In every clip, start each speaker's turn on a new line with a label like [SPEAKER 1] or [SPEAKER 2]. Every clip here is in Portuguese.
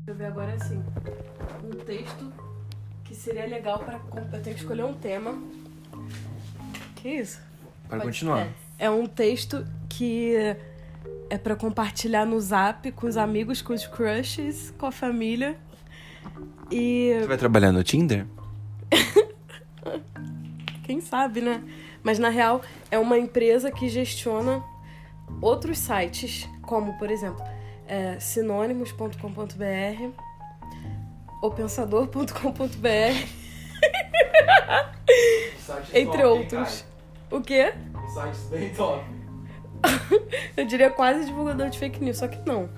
[SPEAKER 1] escrever agora é assim: um texto que seria legal pra. com- Eu tenho que escolher um tema. Que isso?
[SPEAKER 2] Para continuar.
[SPEAKER 1] É um texto que é pra compartilhar no zap com os amigos, com os crushes, com a família. E
[SPEAKER 2] Você vai trabalhar no Tinder?
[SPEAKER 1] Quem sabe, né? Mas na real é uma empresa que gestiona outros sites, como por exemplo é, sinônimos.com.br ou pensador.com.br, entre outros. O quê?
[SPEAKER 2] Sites bem top.
[SPEAKER 1] Eu diria quase divulgador de fake news, só que não.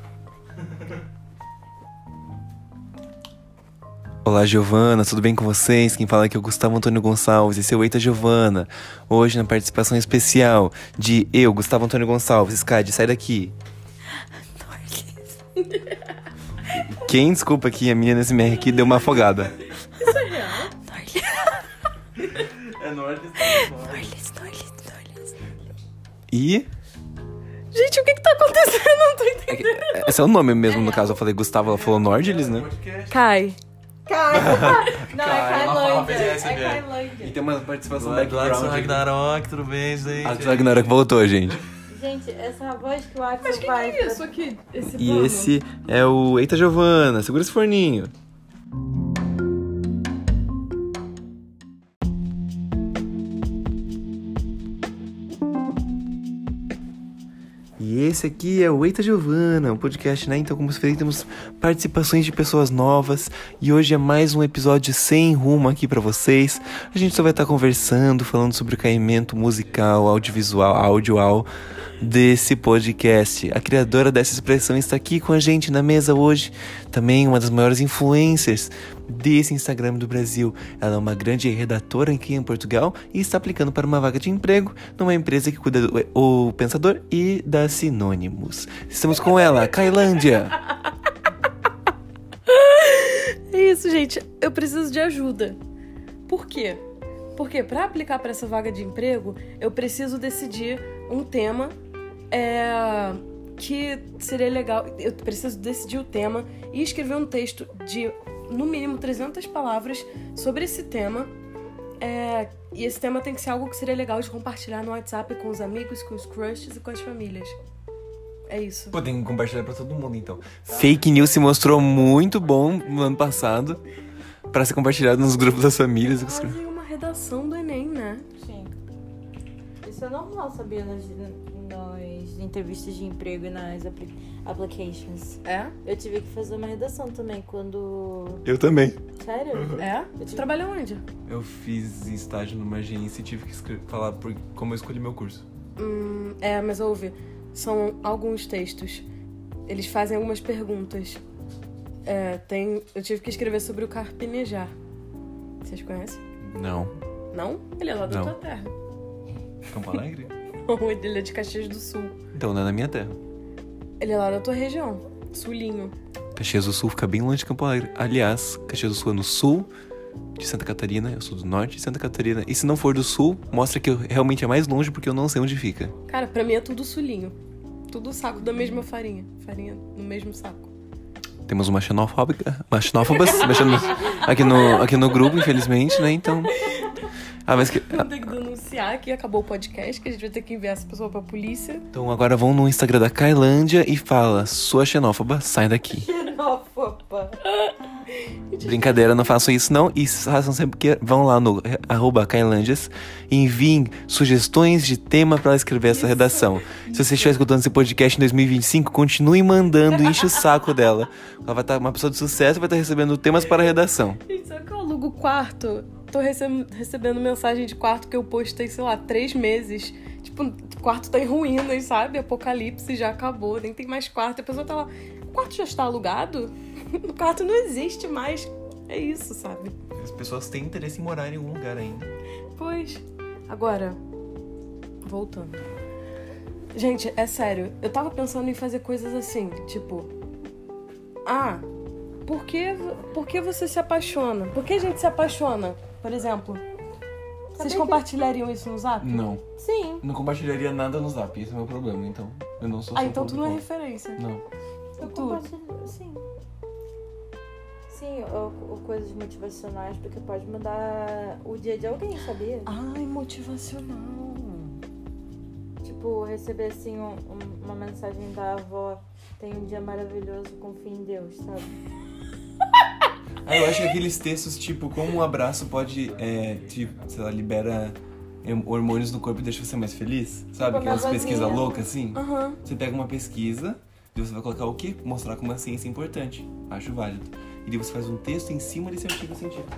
[SPEAKER 2] Olá, Giovana, tudo bem com vocês? Quem fala aqui é o Gustavo Antônio Gonçalves, esse é o Eita Giovana. Hoje, na participação especial de eu, Gustavo Antônio Gonçalves, Cade, sai daqui. Quem, desculpa aqui, a menina nesse MR aqui deu uma afogada.
[SPEAKER 1] Isso é real.
[SPEAKER 3] É Norte.
[SPEAKER 2] E.
[SPEAKER 1] Gente, o que que tá acontecendo? Eu não tô
[SPEAKER 2] é que-
[SPEAKER 1] entendendo.
[SPEAKER 2] Esse é o nome mesmo, no caso, eu falei Gustavo, ela falou Nordilis, né?
[SPEAKER 3] Podcast.
[SPEAKER 1] Cai.
[SPEAKER 4] Não,
[SPEAKER 3] Cara,
[SPEAKER 4] é
[SPEAKER 3] ela fala
[SPEAKER 4] Cailândia.
[SPEAKER 3] BDSM.
[SPEAKER 4] É Cailândia.
[SPEAKER 2] tem uma participação
[SPEAKER 3] Black Black Ragnarok, tudo bem, gente?
[SPEAKER 2] Axel Ragnarok é voltou, gente.
[SPEAKER 4] Gente, essa voz que o Axel
[SPEAKER 1] Mas o que, que
[SPEAKER 4] faz.
[SPEAKER 1] é isso aqui? Esse
[SPEAKER 2] E
[SPEAKER 1] plano?
[SPEAKER 2] esse é o Eita Giovana, segura esse forninho. E esse aqui é o Eita Giovana, um podcast, né? Então, como vocês verem, temos participações de pessoas novas. E hoje é mais um episódio sem rumo aqui pra vocês. A gente só vai estar conversando, falando sobre o caimento musical, audiovisual, audioal desse podcast. A criadora dessa expressão está aqui com a gente na mesa hoje. Também uma das maiores influencers desse Instagram do Brasil. Ela é uma grande redatora aqui em Portugal e está aplicando para uma vaga de emprego numa empresa que cuida do o Pensador e da Sinônimos. Estamos com ela, Cailândia.
[SPEAKER 1] É isso, gente. Eu preciso de ajuda. Por quê? Porque para aplicar para essa vaga de emprego, eu preciso decidir um tema é, que seria legal. Eu preciso decidir o tema e escrever um texto de no mínimo 300 palavras sobre esse tema. É, e esse tema tem que ser algo que seria legal de compartilhar no WhatsApp com os amigos, com os crushes e com as famílias. É isso.
[SPEAKER 2] Podem compartilhar para todo mundo, então. Fake news se mostrou muito bom no ano passado para ser compartilhado nos grupos das famílias.
[SPEAKER 1] Quase uma redação do Enem, né?
[SPEAKER 4] Sim. Isso é normal, sabia? Nas, nas entrevistas de emprego e nas apli- applications.
[SPEAKER 1] É?
[SPEAKER 4] Eu tive que fazer uma redação também quando.
[SPEAKER 2] Eu também.
[SPEAKER 4] Sério?
[SPEAKER 1] É? Tu trabalha onde?
[SPEAKER 2] Eu fiz estágio numa agência e tive que escre- falar por como eu escolhi meu curso.
[SPEAKER 1] É, mas ouve, são alguns textos. Eles fazem algumas perguntas. É, tem. Eu tive que escrever sobre o carpinejar. Vocês conhecem?
[SPEAKER 2] Não.
[SPEAKER 1] Não? Ele é lá da
[SPEAKER 2] Não.
[SPEAKER 1] tua terra.
[SPEAKER 2] Campo Alegre?
[SPEAKER 1] Não, ele é de Caxias do Sul.
[SPEAKER 2] então, não é na minha terra.
[SPEAKER 1] Ele é lá da tua região. Sulinho.
[SPEAKER 2] Caxias do Sul fica bem longe de Campo Alegre. Aliás, Caxias do Sul é no sul de Santa Catarina, eu sou do norte de Santa Catarina. E se não for do sul, mostra que eu- realmente é mais longe porque eu não sei onde fica.
[SPEAKER 1] Cara, pra mim é tudo sulinho. Tudo saco da mesma farinha. Farinha no mesmo saco.
[SPEAKER 2] Temos uma xenofóbica, uma xenófobas mexendo aqui no, aqui no grupo, infelizmente, né? Então. Ah, mas que.
[SPEAKER 1] Vamos ter que denunciar que acabou o podcast, que a gente vai ter que enviar essa pessoa pra polícia.
[SPEAKER 2] Então agora vão no Instagram da Cailândia e fala: sua xenófoba, sai daqui.
[SPEAKER 4] Xenófoba.
[SPEAKER 2] Brincadeira, não façam isso não. E façam sempre que vão lá no arroba Cailândias e enviem sugestões de tema pra escrever essa redação. Se você estiver escutando esse podcast em 2025, continue mandando, enche o saco dela. Ela vai estar uma pessoa de sucesso e vai estar recebendo temas para a redação.
[SPEAKER 1] Gente, sabe que eu alugo quarto? Tô receb- recebendo mensagem de quarto que eu postei, sei lá, três meses. Tipo, o quarto tá em ruínas, sabe? Apocalipse já acabou, nem tem mais quarto. A pessoa tá lá, o quarto já está alugado? o quarto não existe mais. É isso, sabe?
[SPEAKER 2] As pessoas têm interesse em morar em algum lugar ainda.
[SPEAKER 1] Pois. Agora, voltando. Gente, é sério, eu tava pensando em fazer coisas assim, tipo. Ah, por que, por que você se apaixona? Por que a gente se apaixona? Por exemplo. Vocês
[SPEAKER 4] que-
[SPEAKER 1] compartilhariam isso no zap?
[SPEAKER 2] Não,
[SPEAKER 4] Sim.
[SPEAKER 2] não compartilharia nada no zap, esse é o meu problema, então. Eu não sou
[SPEAKER 1] Ah, então tu não é referência.
[SPEAKER 2] Não.
[SPEAKER 4] Eu
[SPEAKER 1] Tu?
[SPEAKER 4] compartilho. Sim. Sim, ou, ou coisas motivacionais, porque pode mudar o dia de alguém, sabia?
[SPEAKER 1] Ai, motivacional.
[SPEAKER 4] Tipo, receber assim um- um- uma mensagem da avó, tem um dia maravilhoso, confia em Deus, sabe?
[SPEAKER 3] Ah, eu acho que aqueles textos, tipo, como um abraço pode, é, te, sei lá, libera hem- hormônios do corpo e deixa você mais feliz, sabe?
[SPEAKER 4] Tipo,
[SPEAKER 3] Aquelas
[SPEAKER 4] uma
[SPEAKER 3] pesquisas
[SPEAKER 4] vozinha.
[SPEAKER 3] loucas, assim.
[SPEAKER 1] Aham.
[SPEAKER 3] Você pega uma pesquisa e você vai colocar o quê? Mostrar como a ciência é importante. Acho válido. E daí você faz um texto em cima desse artigo científico.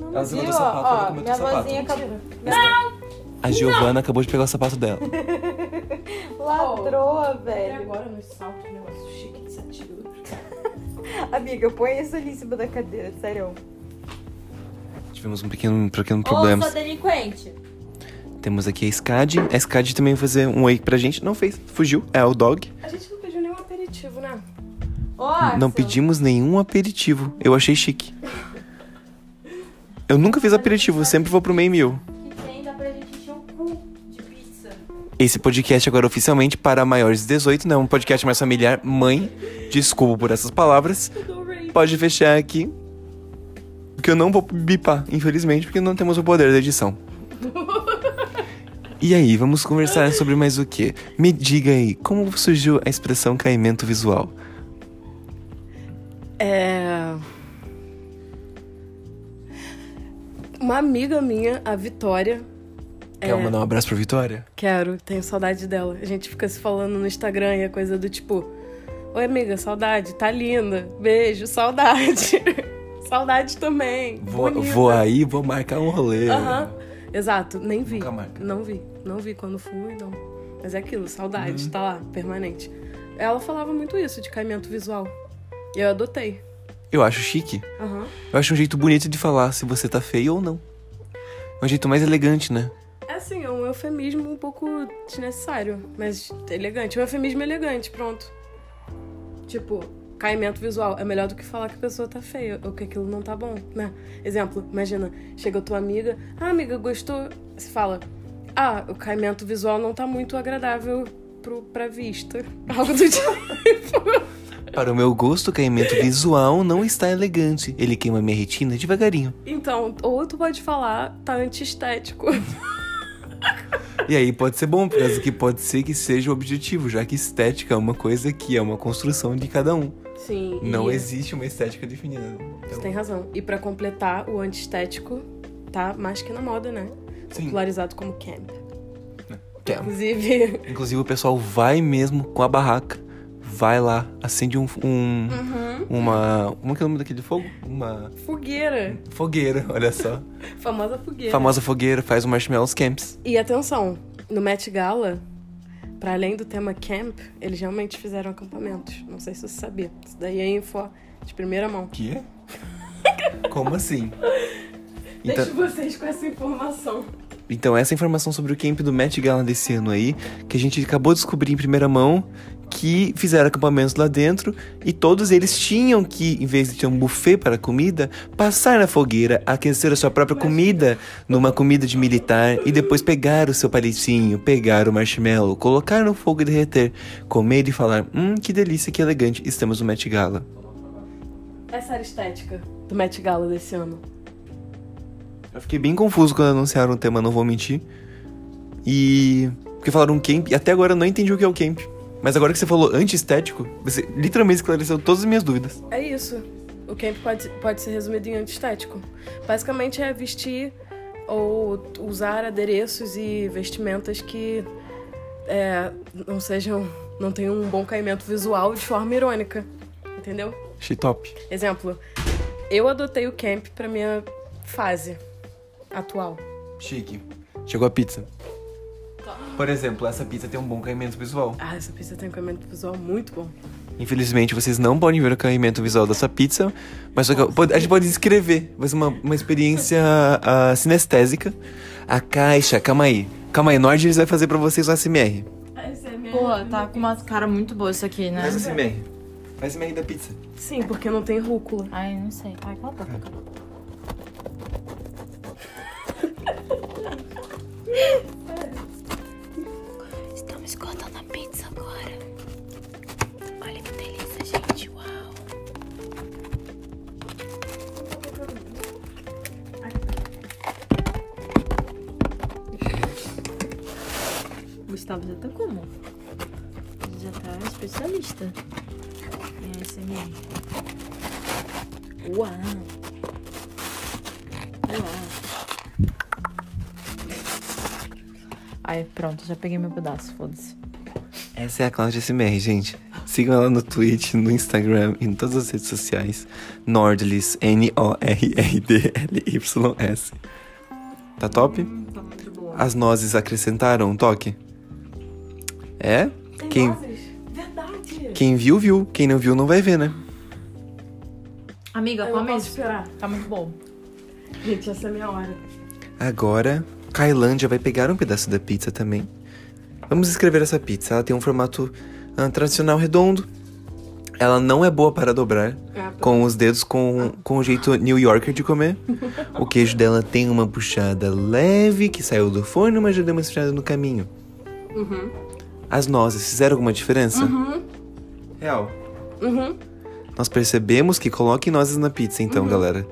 [SPEAKER 1] Não,
[SPEAKER 3] Ela se
[SPEAKER 4] Viu?
[SPEAKER 3] manda o sapato, ela
[SPEAKER 4] Ó,
[SPEAKER 3] comenta
[SPEAKER 4] minha
[SPEAKER 3] o sapato.
[SPEAKER 4] vozinha acabou.
[SPEAKER 3] A Giovana acabou de pegar o sapato dela.
[SPEAKER 4] Ladroa,
[SPEAKER 1] Até
[SPEAKER 4] velho.
[SPEAKER 1] É, agora nos saltos, negócio chique de sete euros.
[SPEAKER 4] Amiga, põe isso ali em cima da cadeira, sério.
[SPEAKER 3] Tivemos um pequeno, um pequeno problema.
[SPEAKER 4] delinquente.
[SPEAKER 3] Temos aqui a SCAD. A SCAD também vai fazer um oi pra gente. Não fez, fugiu. É o dog.
[SPEAKER 1] A gente não pediu nenhum aperitivo, né?
[SPEAKER 4] Ó,
[SPEAKER 3] Não
[SPEAKER 4] Axel.
[SPEAKER 3] pedimos nenhum aperitivo. Eu achei chique. Eu nunca fiz aperitivo, eu sempre vou pro meio mil.
[SPEAKER 4] que tem, dá pra gente encher um cu de pizza.
[SPEAKER 3] Esse podcast agora é oficialmente para maiores de 18, não é um podcast mais familiar. Mãe, desculpa por essas palavras. Pode fechar aqui. Porque eu não vou bipar, infelizmente, porque não temos o poder da edição. E aí, vamos conversar sobre mais o quê? Me diga aí, como surgiu a expressão caimento visual?
[SPEAKER 1] É. Uma amiga minha, a Vitória,
[SPEAKER 3] Quer mandar um abraço pra Vitória?
[SPEAKER 1] quero, tenho saudade dela. A gente fica se falando no Instagram e é coisa do tipo: Oi, amiga, saudade, tá linda, beijo, saudade. saudade também.
[SPEAKER 3] Vou,
[SPEAKER 1] bonita."
[SPEAKER 3] vou aí, vou marcar um rolê.
[SPEAKER 1] Aham. Exato, nem vi.
[SPEAKER 3] Nunca marca.
[SPEAKER 1] Não vi. Não vi quando fui, não. Mas é aquilo,
[SPEAKER 3] Uhum.
[SPEAKER 1] saudade, tá lá, permanente. Ela falava muito isso de caimento visual. E eu adotei.
[SPEAKER 3] Eu acho chique.
[SPEAKER 1] Aham.
[SPEAKER 3] Eu acho um jeito bonito de falar se você tá feio ou não. É um jeito mais elegante, né?
[SPEAKER 1] É assim, é um eufemismo um pouco desnecessário, mas elegante. Um eufemismo elegante, pronto. Tipo, caimento visual é melhor do que falar que a pessoa tá feia ou que aquilo não tá bom, né? Exemplo, imagina, chega a tua amiga, ah, amiga, gostou? Você fala, ah, o caimento visual não tá muito agradável pro, pra vista. Algo do tipo.
[SPEAKER 3] Para o meu gosto, o caimento visual não está elegante. Ele queima minha retina devagarinho.
[SPEAKER 1] Então, ou tu pode falar, tá antiestético.
[SPEAKER 3] E aí pode ser bom, por causa que pode ser que seja o objetivo, já que estética é uma coisa que é uma construção de cada um.
[SPEAKER 1] Sim.
[SPEAKER 3] Não
[SPEAKER 1] e- é.
[SPEAKER 3] existe uma estética definida.
[SPEAKER 1] Você
[SPEAKER 3] Então,
[SPEAKER 1] tem razão. E pra completar, o antiestético tá mais que na moda, né?
[SPEAKER 3] Sim. É,
[SPEAKER 1] Popularizado como camp.
[SPEAKER 3] tem.
[SPEAKER 1] Inclusive,
[SPEAKER 3] Inclusive o pessoal vai mesmo com a barraca. Vai lá, acende um. um Uma. Como é que é o nome daquele fogo? Uma.
[SPEAKER 1] fogueira.
[SPEAKER 3] Fogueira, olha só.
[SPEAKER 1] Famosa fogueira.
[SPEAKER 3] Famosa fogueira, faz o Marshmallows Camps.
[SPEAKER 1] E atenção, no Met Gala, pra além do tema camp, eles realmente fizeram acampamentos. Não sei se você sabia. Isso daí é info de primeira mão.
[SPEAKER 3] Que? Como assim? Então,
[SPEAKER 1] Deixo vocês com essa informação.
[SPEAKER 3] então essa informação sobre o camp do Met Gala desse ano aí, que a gente acabou de descobrir em primeira mão, que fizeram acampamentos lá dentro e todos eles tinham que, em vez de ter um buffet para comida, passar na fogueira, aquecer a sua própria comida numa comida de militar e depois pegar o seu palitinho, pegar o marshmallow, colocar no fogo e derreter, comer e falar, hum, que delícia, que elegante, estamos no Met Gala.
[SPEAKER 1] Essa era a estética do Met Gala desse ano.
[SPEAKER 3] Eu fiquei bem confuso quando anunciaram o tema, não vou mentir. E. Porque falaram um camp, e até agora eu não entendi o que é o camp. Mas agora que você falou antiestético, você literalmente esclareceu todas as minhas dúvidas.
[SPEAKER 1] É isso. O camp pode, pode ser resumido em antiestético. Basicamente é vestir ou usar adereços e vestimentas que é, não sejam. não tenham um bom caimento visual de forma irônica. Entendeu?
[SPEAKER 3] Achei top.
[SPEAKER 1] Exemplo, eu adotei o camp pra minha fase atual.
[SPEAKER 3] Chique. Chegou a pizza. Por exemplo, essa pizza tem um bom caimento visual.
[SPEAKER 1] Ah, essa pizza tem um caimento visual muito bom.
[SPEAKER 3] Infelizmente, vocês não podem ver o caimento visual dessa pizza, mas só que eu- pode- a gente pode descrever. Vai ser uma, uma experiência ah, sinestésica. A caixa, calma aí. Calma aí, Nord eles vai fazer pra vocês um o SMR.
[SPEAKER 4] Pô, tá com uma cara muito boa isso aqui, né?
[SPEAKER 3] Faz o SMR. Faz o SMR da pizza.
[SPEAKER 1] Sim, porque não tem rúcula.
[SPEAKER 4] Ai, não sei. Ai, cala a boca, cala a boca. Estamos cortando a pizza agora. Olha que delícia, gente. Uau. você tá como? Você já tá especialista em ASMR. Uau! Uau! Ai, pronto, já peguei meu pedaço, foda-se.
[SPEAKER 3] Essa é a Cláudia SMR, gente. Sigam ela no Twitch, no Instagram e em todas as redes sociais. Nordlis, N-O-R-R-D-L-Y-S. Tá top?
[SPEAKER 4] Tá muito boa.
[SPEAKER 3] As nozes acrescentaram um toque? É?
[SPEAKER 1] Tem
[SPEAKER 3] Quem-
[SPEAKER 1] nozes? Verdade.
[SPEAKER 3] Quem viu, viu. Quem não viu, não vai ver, né?
[SPEAKER 4] Amiga,
[SPEAKER 1] Eu não
[SPEAKER 4] come
[SPEAKER 1] posso
[SPEAKER 4] isso.
[SPEAKER 1] esperar.
[SPEAKER 4] Tá muito bom.
[SPEAKER 1] Gente, essa é a minha hora.
[SPEAKER 3] Agora, Kailândia vai pegar um pedaço da pizza também. Vamos escrever essa pizza. Ela tem um formato ah, tradicional redondo. Ela não é boa para dobrar
[SPEAKER 1] É, tá
[SPEAKER 3] com os dedos, com, com o jeito New Yorker de comer. O queijo dela tem uma puxada leve que saiu do forno, mas já deu uma esfriada no caminho.
[SPEAKER 1] Uhum.
[SPEAKER 3] As nozes fizeram alguma diferença?
[SPEAKER 1] Uhum.
[SPEAKER 3] Real.
[SPEAKER 1] Uhum.
[SPEAKER 3] Nós percebemos que coloquem nozes na pizza,
[SPEAKER 2] Uhum.
[SPEAKER 3] então, galera.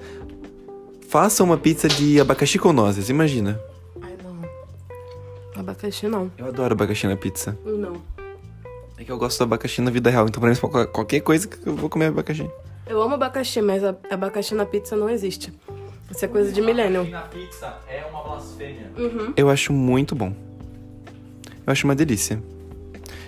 [SPEAKER 3] Faça uma pizza de abacaxi com nozes, imagina.
[SPEAKER 1] Ai, não. Abacaxi, não.
[SPEAKER 3] Eu adoro abacaxi na pizza.
[SPEAKER 1] Não.
[SPEAKER 3] É que eu gosto do abacaxi na vida real, então pra mim qual- qualquer coisa que eu vou comer é abacaxi.
[SPEAKER 1] Eu amo abacaxi, mas a- abacaxi na pizza não existe. Isso é coisa de millennial.
[SPEAKER 2] Na pizza é uma blasfêmia.
[SPEAKER 3] Eu acho muito bom. Eu acho uma delícia.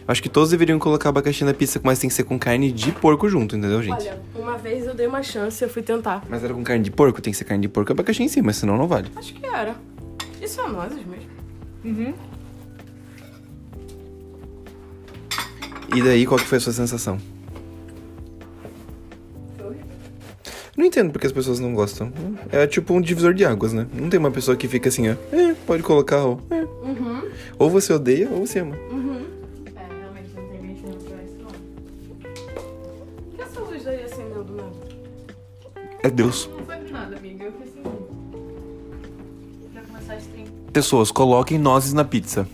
[SPEAKER 3] Eu acho que todos deveriam colocar abacaxi na pizza, mas tem que ser com carne de porco junto, entendeu, gente?
[SPEAKER 1] Olha, uma vez eu dei uma chance, eu fui tentar.
[SPEAKER 3] Mas era com carne de porco, tem que ser carne de porco e abacaxi em cima, senão não vale.
[SPEAKER 1] Acho que era. Isso é nozes mesmo.
[SPEAKER 3] E daí, qual que foi a sua sensação? Não entendo porque as pessoas não gostam. É tipo um divisor de águas, né? Não tem uma pessoa que fica assim, ó. É, pode colocar, ou. É. Ou você odeia, ou você ama.
[SPEAKER 4] É, realmente não tem gente nenhum pra isso, não.
[SPEAKER 1] Por que essa luz daí acendeu do nada?
[SPEAKER 3] É Deus.
[SPEAKER 4] Não foi nada, amiga. Eu fiz assim. Pra começar a stream.
[SPEAKER 3] Pessoas, coloquem nozes na pizza.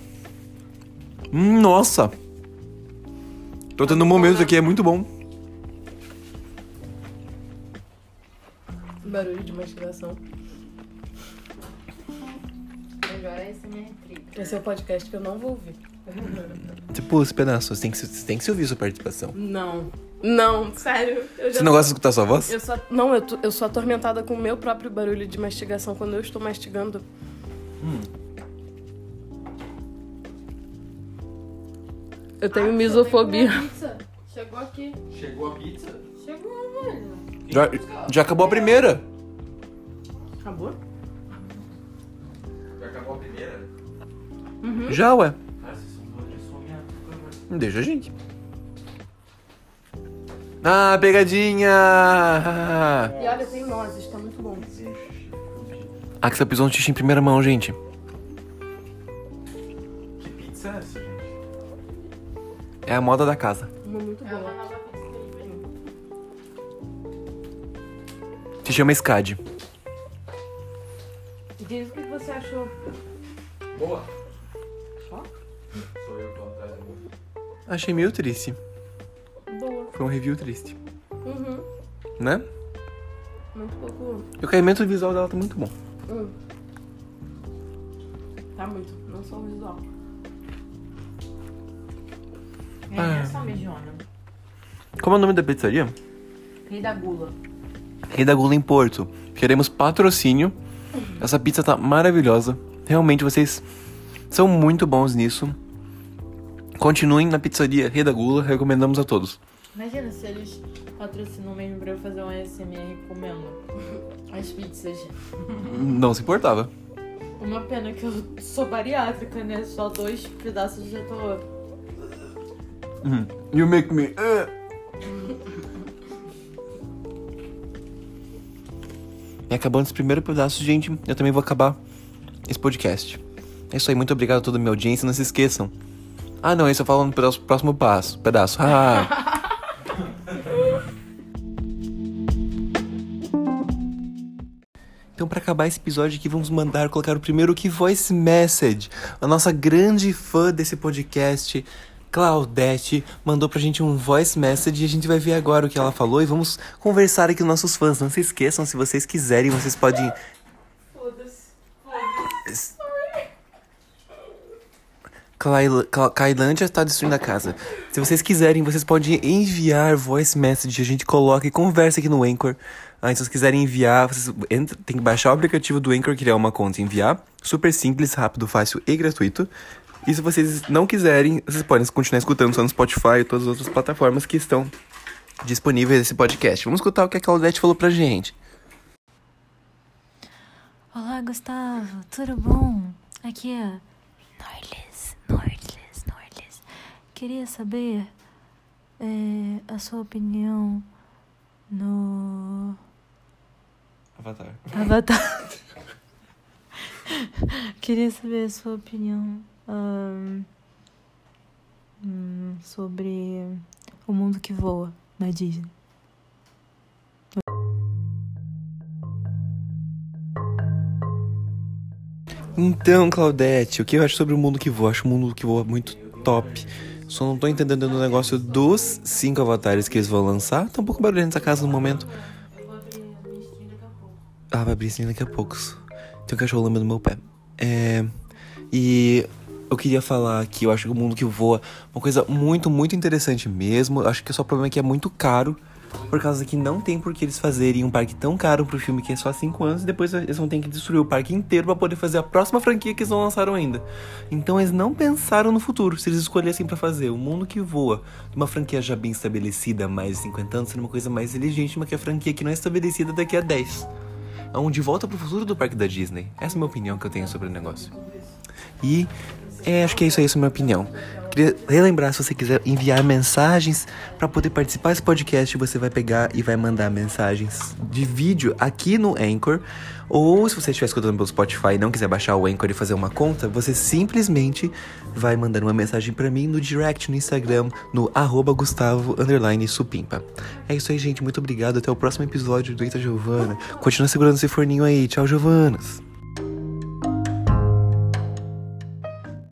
[SPEAKER 3] Hum, nossa! Tô tendo um momento aqui, é muito bom.
[SPEAKER 1] Barulho de mastigação.
[SPEAKER 4] Agora é SMR3.
[SPEAKER 1] Esse é o podcast que eu não vou ouvir.
[SPEAKER 3] Você pula esse pedaço, você Tipo, tem que, se- você tem que se ouvir sua participação.
[SPEAKER 1] Não. Não, sério. Eu já...
[SPEAKER 3] Você não gosta de escutar sua voz?
[SPEAKER 1] Eu sou, não, eu, tô- eu sou atormentada com o meu próprio barulho de mastigação quando eu estou mastigando. Eu
[SPEAKER 4] Ah,
[SPEAKER 1] tenho misofobia.
[SPEAKER 4] Pizza. Chegou aqui.
[SPEAKER 2] Chegou a pizza?
[SPEAKER 4] Chegou, velho.
[SPEAKER 3] Já, já acabou a primeira.
[SPEAKER 1] Acabou?
[SPEAKER 2] Já acabou a primeira?
[SPEAKER 1] Uhum.
[SPEAKER 3] Já, ué.
[SPEAKER 2] Cara, vocês são dois de som, minha boca,
[SPEAKER 3] Deixa a gente. Ah, pegadinha!
[SPEAKER 1] E olha, tem nozes, tá muito bom.
[SPEAKER 2] velho.
[SPEAKER 3] Axel pisou no xixi em primeira mão, gente.
[SPEAKER 2] Que pizza é essa, gente?
[SPEAKER 3] É a moda da casa.
[SPEAKER 1] Uma muito
[SPEAKER 4] É uma
[SPEAKER 1] boa.
[SPEAKER 4] nova pizza delivery.
[SPEAKER 3] Se chama é SCAD.
[SPEAKER 4] Diz o que você achou.
[SPEAKER 2] Boa.
[SPEAKER 4] Só?
[SPEAKER 2] Sou eu que tô atrás do mundo.
[SPEAKER 3] Achei meio triste.
[SPEAKER 1] Boa.
[SPEAKER 3] Foi um review triste,
[SPEAKER 1] Uhum.
[SPEAKER 3] né?
[SPEAKER 1] Muito pouco.
[SPEAKER 3] E o caimento visual dela tá muito bom.
[SPEAKER 1] Hum. Tá muito, não só o visual.
[SPEAKER 4] É essa mediona.
[SPEAKER 3] Como é o nome da pizzaria?
[SPEAKER 4] Rei da gula.
[SPEAKER 3] Rei da Gula em Porto. Queremos patrocínio.
[SPEAKER 1] Uhum.
[SPEAKER 3] Essa pizza tá maravilhosa. Realmente vocês são muito bons nisso. Continuem na pizzaria Rei da Gula, recomendamos a todos.
[SPEAKER 4] Imagina se eles patrocinam mesmo pra eu fazer um ASMR comendo as pizzas.
[SPEAKER 3] Não se importava.
[SPEAKER 4] Uma pena que eu sou bariátrica, né? Só dois pedaços já tô.
[SPEAKER 3] You make me. eh. E acabando esse primeiro pedaço, gente, eu também vou acabar esse podcast. É isso aí, muito obrigado a toda a minha audiência, não se esqueçam. Ah, não, isso eu falo no pedaço- próximo passo, pedaço. Ah. Então, pra acabar esse episódio aqui, vamos mandar colocar o primeiro que voice message. A nossa grande fã desse podcast, Claudete, mandou pra gente um voice message e a gente vai ver agora o que ela falou e vamos conversar aqui com nossos fãs. Não se esqueçam, se vocês quiserem, vocês podem.
[SPEAKER 1] Foda-se.
[SPEAKER 3] Clail- Cla- Cailândia está tá destruindo a casa. Se vocês quiserem, vocês podem enviar voice message. A gente coloca e conversa aqui no Anchor. Ah, se vocês quiserem enviar, vocês entra- tem que baixar o aplicativo do Anchor, criar uma conta e enviar. Super simples, rápido, fácil e gratuito. E se vocês não quiserem, vocês podem continuar escutando só no Spotify e todas as outras plataformas que estão disponíveis esse podcast. Vamos escutar o que a Claudete falou pra gente.
[SPEAKER 5] Olá, Gustavo, tudo bom? Aqui é Norles, Norles, Norles. Queria saber eh,
[SPEAKER 4] é,
[SPEAKER 5] a sua opinião no
[SPEAKER 3] Avatar.
[SPEAKER 5] Avatar. Queria saber a sua opinião ahn, hum, sobre o mundo que voa na Disney.
[SPEAKER 3] Então, Claudete, o que eu acho sobre o mundo que voa? Acho o mundo que voa muito top. Só não tô entendendo o negócio dos cinco avatares que eles vão lançar. Tá um pouco barulhento essa casa no momento. Ah, vai abrir sim daqui a pouco. Tem um cachorro lambendo meu pé. É. E eu queria falar que eu acho que o mundo que voa é uma coisa muito, muito interessante mesmo. Eu acho que só o problema é que é muito caro. Por causa que não tem por que eles fazerem um parque tão caro pro filme que é só 5 anos e depois eles vão ter que destruir o parque inteiro pra poder fazer a próxima franquia que eles não lançaram ainda. Então eles não pensaram no futuro. Se eles escolhessem pra fazer o mundo que voa de uma franquia já bem estabelecida há mais de 50 anos, seria uma coisa mais inteligente do que a franquia que não é estabelecida daqui a 10. É um de volta pro futuro do parque da Disney. Essa é a minha opinião que eu tenho sobre o negócio. E é, acho que é isso aí, essa é a minha opinião. Queria relembrar, se você quiser enviar mensagens para poder participar desse podcast, você vai pegar e vai mandar mensagens de vídeo aqui no Anchor. Ou se você estiver escutando pelo Spotify e não quiser baixar o Anchor e fazer uma conta, você simplesmente vai mandar uma mensagem para mim no direct no Instagram, no arroba Gustavo underline Supimpa. É isso aí, gente. Muito obrigado. Até o próximo episódio do Eita Giovana. Continua segurando esse forninho aí. Tchau, Giovanas.